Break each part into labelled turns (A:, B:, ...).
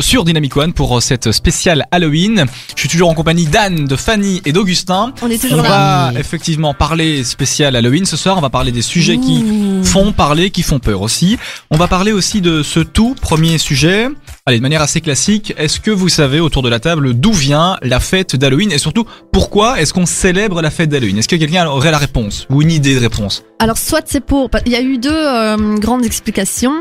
A: sur Dynamic One pour euh, cette spéciale Halloween. Je suis toujours en compagnie d'Anne, de Fanny et d'Augustin.
B: On est
A: On
B: toujours là.
A: va effectivement parler spécial Halloween ce soir. On va parler des sujets qui
B: Mmh.
A: font parler, qui font peur aussi. On va parler aussi de ce tout premier sujet. Allez, de manière assez classique, est-ce que vous savez autour de la table d'où vient la fête d'Halloween et surtout pourquoi est-ce qu'on célèbre la fête d'Halloween Est-ce que quelqu'un aurait la réponse ou une idée de réponse
B: Alors, soit c'est pour. Il y a eu deux euh, grandes explications.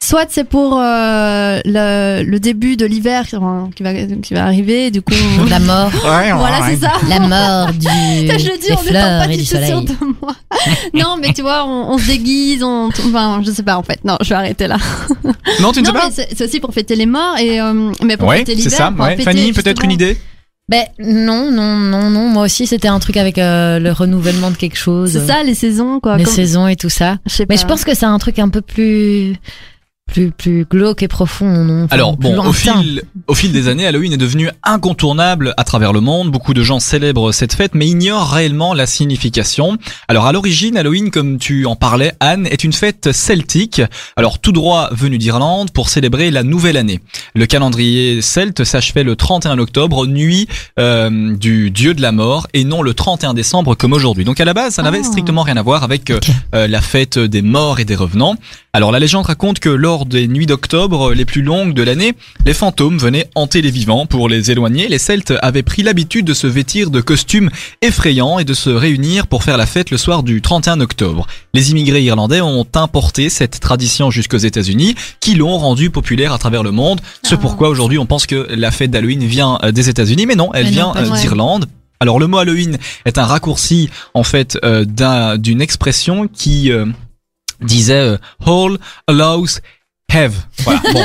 B: Soit c'est pour euh, le, le début de l'hiver enfin, qui, va, qui va arriver, du coup. on-
C: La mort,
B: voilà, c'est ça.
C: la mort du,
B: Putain, je le dis,
C: des
B: on n'est
C: fleurs
B: pas
C: et
B: du
C: du
B: tout
C: soleil.
B: sûr de moi. non, mais tu vois, on, on se déguise, on. Enfin, je sais pas en fait. Non, je vais arrêter là.
A: Non, tu ne
B: non,
A: sais pas
B: mais c'est c'est aussi pour fêter les morts et. euh, mais pour
A: Ouais,
B: fêter
A: c'est
B: l'hiver.
A: ça.
B: pour
A: ouais.
B: fêter,
A: Fanny, peut-être une
B: justement-
A: idée
C: Ben non, non, non, non. Moi aussi, c'était un truc avec euh, le renouvellement de quelque chose,
B: C'est ça, les saisons, quoi.
C: les
B: Comme- Ah.
C: saisons et tout ça.
B: Je sais
C: Mais
B: pas.
C: je pense que c'est un truc un peu plus, plus, plus glauque et profond, non Enfin,
A: Alors
C: plus
A: bon, au
C: lointain.
A: fil, au fil des années, Halloween est devenu incontournable à travers le monde. Beaucoup de gens célèbrent cette fête, mais ignorent réellement la signification. Alors à l'origine, Halloween, comme tu en parlais, Anne, est une fête celtique. Alors tout droit venue d'Irlande pour célébrer la nouvelle année. Le calendrier celte s'achevait le 31 octobre, nuit euh, du dieu de la mort, et non le 31 décembre comme aujourd'hui. Donc à la base, ça n'avait
B: Ah.
A: strictement rien à voir avec euh,
C: Ok.
A: euh, la fête des morts et des revenants. Alors la légende raconte que lors des nuits d'octobre euh, les plus longues de l'année, les fantômes venaient hanter les vivants pour les éloigner. Les Celtes avaient pris l'habitude de se vêtir de costumes effrayants et de se réunir pour faire la fête le soir du 31 octobre. Les immigrés irlandais ont importé cette tradition jusqu'aux États-Unis, qui l'ont rendue populaire à travers le monde. C'est
B: Ah.
A: pourquoi aujourd'hui on pense que la fête d'Halloween vient euh, des États-Unis, mais non, elle
C: Mais non,
A: vient
C: pas
A: euh,
B: vrai.
A: d'Irlande. Alors le mot Halloween est un raccourci en fait euh, d'un- d'une expression qui euh, disait euh, All Allows Have, voilà, bon.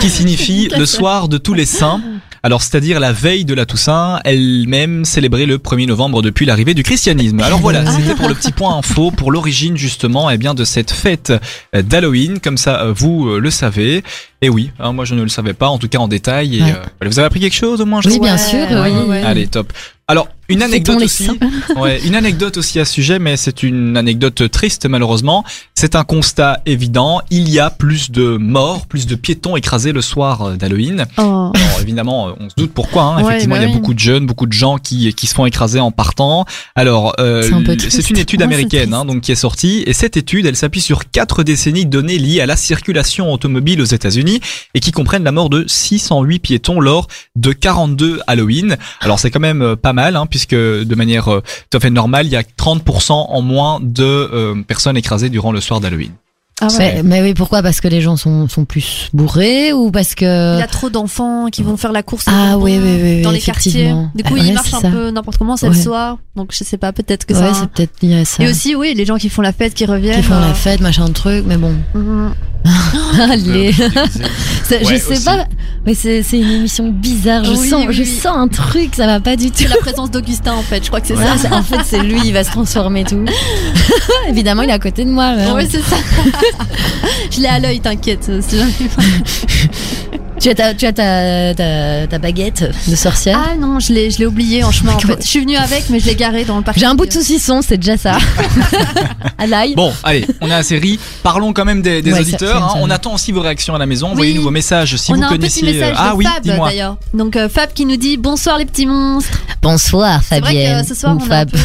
A: qui signifie le soir de tous les saints. Alors c'est-à-dire la veille de la Toussaint, elle-même célébrée le 1er novembre depuis l'arrivée du christianisme. Alors voilà,
C: Ah.
A: c'était pour le petit point info, pour l'origine justement eh bien de cette fête euh, d'Halloween, comme ça euh, vous euh, le savez. Et oui, hein, moi je ne le savais pas, en tout cas en détail. Et,
C: Ouais.
A: euh, vous avez appris quelque chose au moins je
C: Oui,
A: trouve
C: bien
B: Ouais,
C: sûr.
B: ouais,
C: oui.
B: ouais.
A: Allez, top. Alors, une anecdote
C: Fêtons les
A: aussi. Ouais, une anecdote aussi à ce sujet, mais c'est une anecdote triste malheureusement. C'est un constat évident. Il y a plus de morts, plus de piétons écrasés le soir euh, d'Halloween.
B: Oh.
A: Alors évidemment, euh, on se doute pourquoi. hein.
B: Ouais,
A: Effectivement, il
B: bah
A: y a
B: oui.
A: beaucoup de jeunes, beaucoup de gens qui qui se font écraser en partant. Alors, euh,
C: C'est un peu
A: l-
C: triste.
A: c'est une étude
B: Ouais, c'est
A: américaine, hein, donc qui est sortie. Et cette étude, elle s'appuie sur quatre décennies de données liées à la circulation automobile aux États-Unis et qui comprennent la mort de 608 piétons lors de 42 Halloween. Alors c'est quand même euh, pas mal, hein, puisque de manière euh, tout à fait normale, il y a 30% en moins de euh, personnes écrasées durant le soir d'Halloween.
B: Ah ouais.
C: Mais, mais oui, pourquoi Parce que les gens sont, sont plus bourrés ou parce
B: Il
C: que
B: y a trop d'enfants qui vont faire la course
C: Euh, Ah
B: au
C: oui,
B: bonbon
C: oui, oui, oui,
B: dans les quartiers.
C: effectivement.
B: Du coup,
C: Ah,
B: ils
C: ouais,
B: marchent
C: c'est
B: un
C: ça.
B: peu n'importe comment, c'est le
C: Ouais.
B: soir. Donc je sais pas, peut-être que
C: ouais,
B: ça.
C: c'est peut-être lié à ça.
B: Et aussi, oui, les gens qui font la fête, qui reviennent.
C: Qui font
B: euh,
C: la fête, machin de truc, mais bon.
B: mhm.
C: Allez. C'est-
A: Euh, Ouais,
C: je sais
A: aussi.
C: pas, mais c'est c'est une émission bizarre. Je
B: Oui,
C: sens,
B: oui,
C: je
B: oui.
C: sens un truc, ça va pas du tout.
B: C'est la présence d'Augustin en fait, je crois que c'est
C: Ouais, c'est- en fait, c'est lui, il va se transformer et tout. Évidemment, il est à côté de
B: ça.
C: moi. là.
B: Oui, c'est ça. je l'ai à l'œil, t'inquiète. euh, si j'arrive pas.
C: Tu as, ta, tu as ta, ta, ta baguette de sorcière.
B: Ah non, je l'ai, je l'ai oublié en chemin en
C: D'accord.
B: fait. Je suis venue avec, mais je l'ai garé dans le parc.
C: J'ai un bout de saucisson, c'est déjà ça. à l'ail.
A: Bon, allez, on a assez ri. Parlons quand même des, des
C: Ouais,
A: auditeurs.
C: ça- ça-
A: hein.
C: ça-
A: On attend aussi vos réactions à la maison. Envoyez-nous
B: Oui.
A: vos messages si
B: On
A: vous
B: a un petit
A: connaissiez.
B: message de
A: ah oui,
B: Fab
A: dis-moi.
B: d'ailleurs. Donc euh, Fab qui nous dit bonsoir les petits monstres.
C: Bonsoir,
B: C'est vrai
C: Fabienne.
B: que ce soir
C: Ou
B: on a un
C: Fab.
B: peu...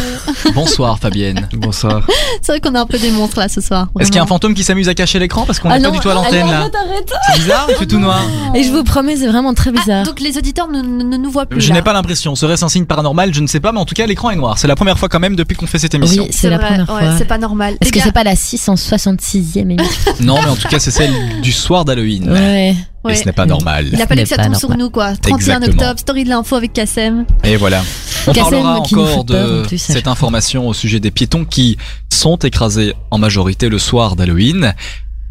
A: Bonsoir Fabienne. Bonsoir.
B: C'est vrai qu'on a un peu des monstres là ce soir.
A: Est-ce qu'il y a un
B: vraiment.
A: fantôme qui s'amuse à cacher l'écran parce qu'on
C: Ah
A: n'est
C: non,
A: pas du tout à
C: ah non,
A: l'antenne là
C: arrête, arrête.
A: C'est bizarre, il fait tout noir.
B: Oh.
C: Et je vous promets, c'est vraiment très
B: Ah,
C: bizarre.
B: donc les auditeurs ne, ne- ne nous voient plus.
A: Je
B: là.
A: n'ai pas l'impression. Serait-ce un signe paranormal Je ne sais pas, mais en tout cas l'écran est noir. C'est la première fois quand même depuis qu'on fait cette émission.
C: oui, c'est la
B: vrai,
C: première
B: ouais,
C: fois.
B: C'est pas normal.
C: Est-ce
B: Les
C: que
B: gars,
C: c'est pas la 666e émission
A: Non, mais en tout cas c'est celle du soir d'Halloween.
C: Ouais.
A: Et
B: ouais.
A: ce n'est pas normal.
B: Il a fallu
C: n'est
B: que ça
C: pas
B: tombe sur
C: normal.
B: nous quoi. 31
A: Exactement.
B: octobre, story de l'info avec Kassem.
A: Et voilà. On
C: Cassel,
A: parlera
C: qui nous fait
A: encore
C: peur,
A: de
C: en plus, à chaque
A: cette information au sujet des piétons qui sont écrasés en majorité le soir d'Halloween.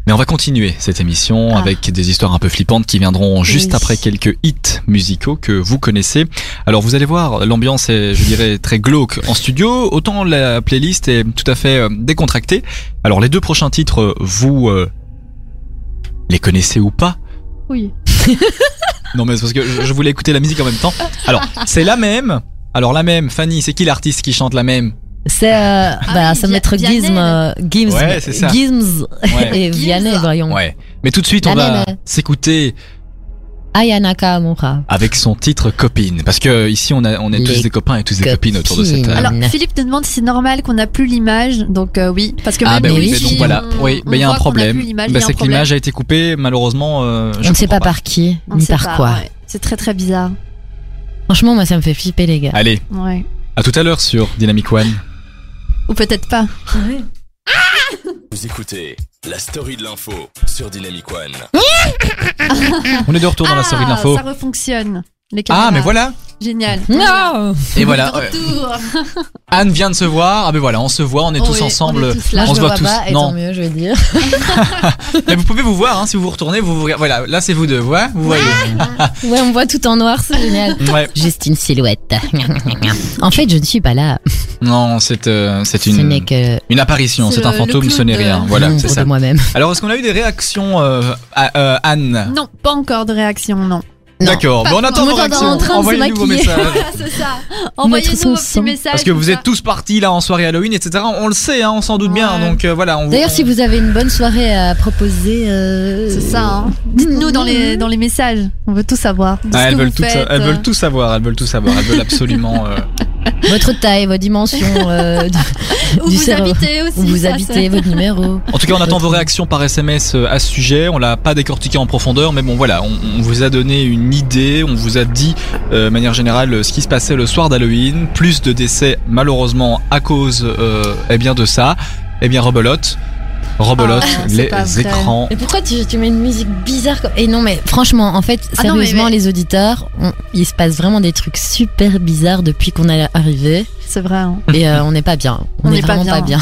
A: Mais on va continuer cette émission
B: Ah.
A: avec des histoires un peu flippantes qui viendront juste
C: Oui.
A: après quelques hits musicaux que vous connaissez. Alors vous allez voir, l'ambiance est, je dirais, très glauque en studio. Autant la playlist est tout à fait euh, décontractée. Alors les deux prochains titres, euh, vous euh, les connaissez ou pas
B: Oui.
A: non mais c'est parce que je je voulais écouter la musique en même temps. Alors, c'est la même. Alors la même, Fanny, c'est qui l'artiste qui chante la même
C: C'est euh, bah,
B: Ah oui, Via-
C: ça me être
B: Vianney.
C: Gizm, euh, Gims,
A: Ouais, c'est ça.
C: Gims
A: Ouais.
C: et Vianney, voyons.
A: Ouais. Mais tout de suite,
C: La
A: on va
C: même.
A: s'écouter
C: Ayana Kamura.
A: avec son titre copine. Parce que ici, on, a, on est tous
C: Les
A: des copains et tous des copines autour de cette euh,
C: copines.
A: table.
B: Alors,
C: Anne.
B: Philippe te demande si c'est normal qu'on n'a plus l'image. Donc, euh, oui. Parce que
A: Ah,
B: même
A: ben
B: les
A: oui,
C: oui,
A: ben
B: filles,
A: donc voilà.
B: on-
A: Oui,
B: on
A: ben il y a un
B: voit qu'on
A: problème.
B: plus l'image, il y
A: Ben,
B: a un
A: c'est que
B: problème.
A: l'image a été coupée, malheureusement. euh, je
C: On ne sait
A: comprends
C: pas, par qui,
B: On
C: ni
B: sait
C: par
B: pas,
C: quoi.
B: ouais. C'est très très bizarre.
C: Franchement, moi, ça me fait flipper, les gars.
A: Allez,
B: Ouais.
A: à tout à l'heure sur Dynamic One.
B: Ou peut-être pas.
D: Vous écoutez la story de l'info sur Dynamic One.
A: On est de retour dans la story de l'info.
B: Ah, Ça refonctionne. Les caméras.
A: Ah, mais voilà.
B: Génial.
C: Non
A: Et voilà.
B: De
A: ouais.
B: retour.
A: Anne vient de se voir. Ah, ben voilà, on se voit, on est tous
B: Oui,
A: ensemble.
B: on est tous là.
A: On
C: je
A: se
C: me
A: voit
C: vois pas,
A: tous.
C: et
A: Non.
C: tant mieux, je veux dire.
A: Mais vous pouvez vous voir, hein, si vous vous retournez, vous vous regardez. Voilà, là c'est vous deux, ouais, vous voyez.
C: Ouais, on me voit tout en noir, c'est génial.
A: Ouais.
C: Juste une silhouette. en fait, je ne suis pas là.
A: Non, c'est euh, c'est
C: Ce
A: une
C: n'est que
A: une apparition,
B: C'est
A: c'est un
B: le- le
A: fantôme, ce
B: clown
A: n'est
B: de-
A: rien. Voilà, c'est
C: l'ombre de
A: ça.
C: moi-même.
A: Alors est-ce qu'on a eu des réactions, euh, à- euh, Anne
B: Non, pas encore de réaction, non.
C: Non.
A: D'accord.
B: Pas
A: Bon, on attend vos
C: encore.
A: réactions.
C: En train de se
A: Envoyez-nous vos
C: maquiller.
A: messages.
B: c'est ça. Envoyez-nous
C: son
B: vos petits
C: sang.
B: messages.
A: Ah, Parce que vous
B: tout ça.
A: êtes tous partis là en soirée Halloween, etc. On le sait, hein, on s'en doute bien.
B: Ouais.
A: Donc euh, voilà. on
C: D'ailleurs, si vous avez une bonne soirée à proposer, euh,
B: C'est ça, hein. Dites-nous dans les, dans les messages. On veut tout savoir. de ce
A: Ah,
B: que
A: elles,
B: vous
A: veulent tout,
B: faites.
C: euh.
B: euh,
A: elles veulent tout savoir, elles veulent tout savoir, elles veulent absolument. euh,
C: votre taille, votre dimension, euh, de-
B: Où
C: du
B: vous
C: cerveau.
B: habitez aussi.
C: où vous
B: ça,
C: habitez, votre numéro.
A: En tout cas, on attend vos réactions par SMS euh, à ce sujet. On l'a pas décortiqué en profondeur, mais bon, voilà, on, on vous a donné une idée, on vous a dit, euh, de manière générale, euh, ce qui se passait le soir d'Halloween. Plus de décès, malheureusement, à cause, euh, eh bien, de ça. Eh bien, rebelote, rebelote
B: Ah, c'est pas
A: les
B: vrai.
A: écrans.
C: Mais pourquoi tu, tu mets une musique bizarre comme... Et non, mais franchement, en fait,
B: Ah non, mais-
C: sérieusement,
B: mais-
C: les auditeurs, on- il se passe vraiment des trucs super bizarres depuis qu'on est arrivé.
B: C'est vrai. hein.
C: Et euh, on n'est pas bien. On
B: On
C: n'est
B: n'est pas
C: vraiment
B: bien.
C: pas bien.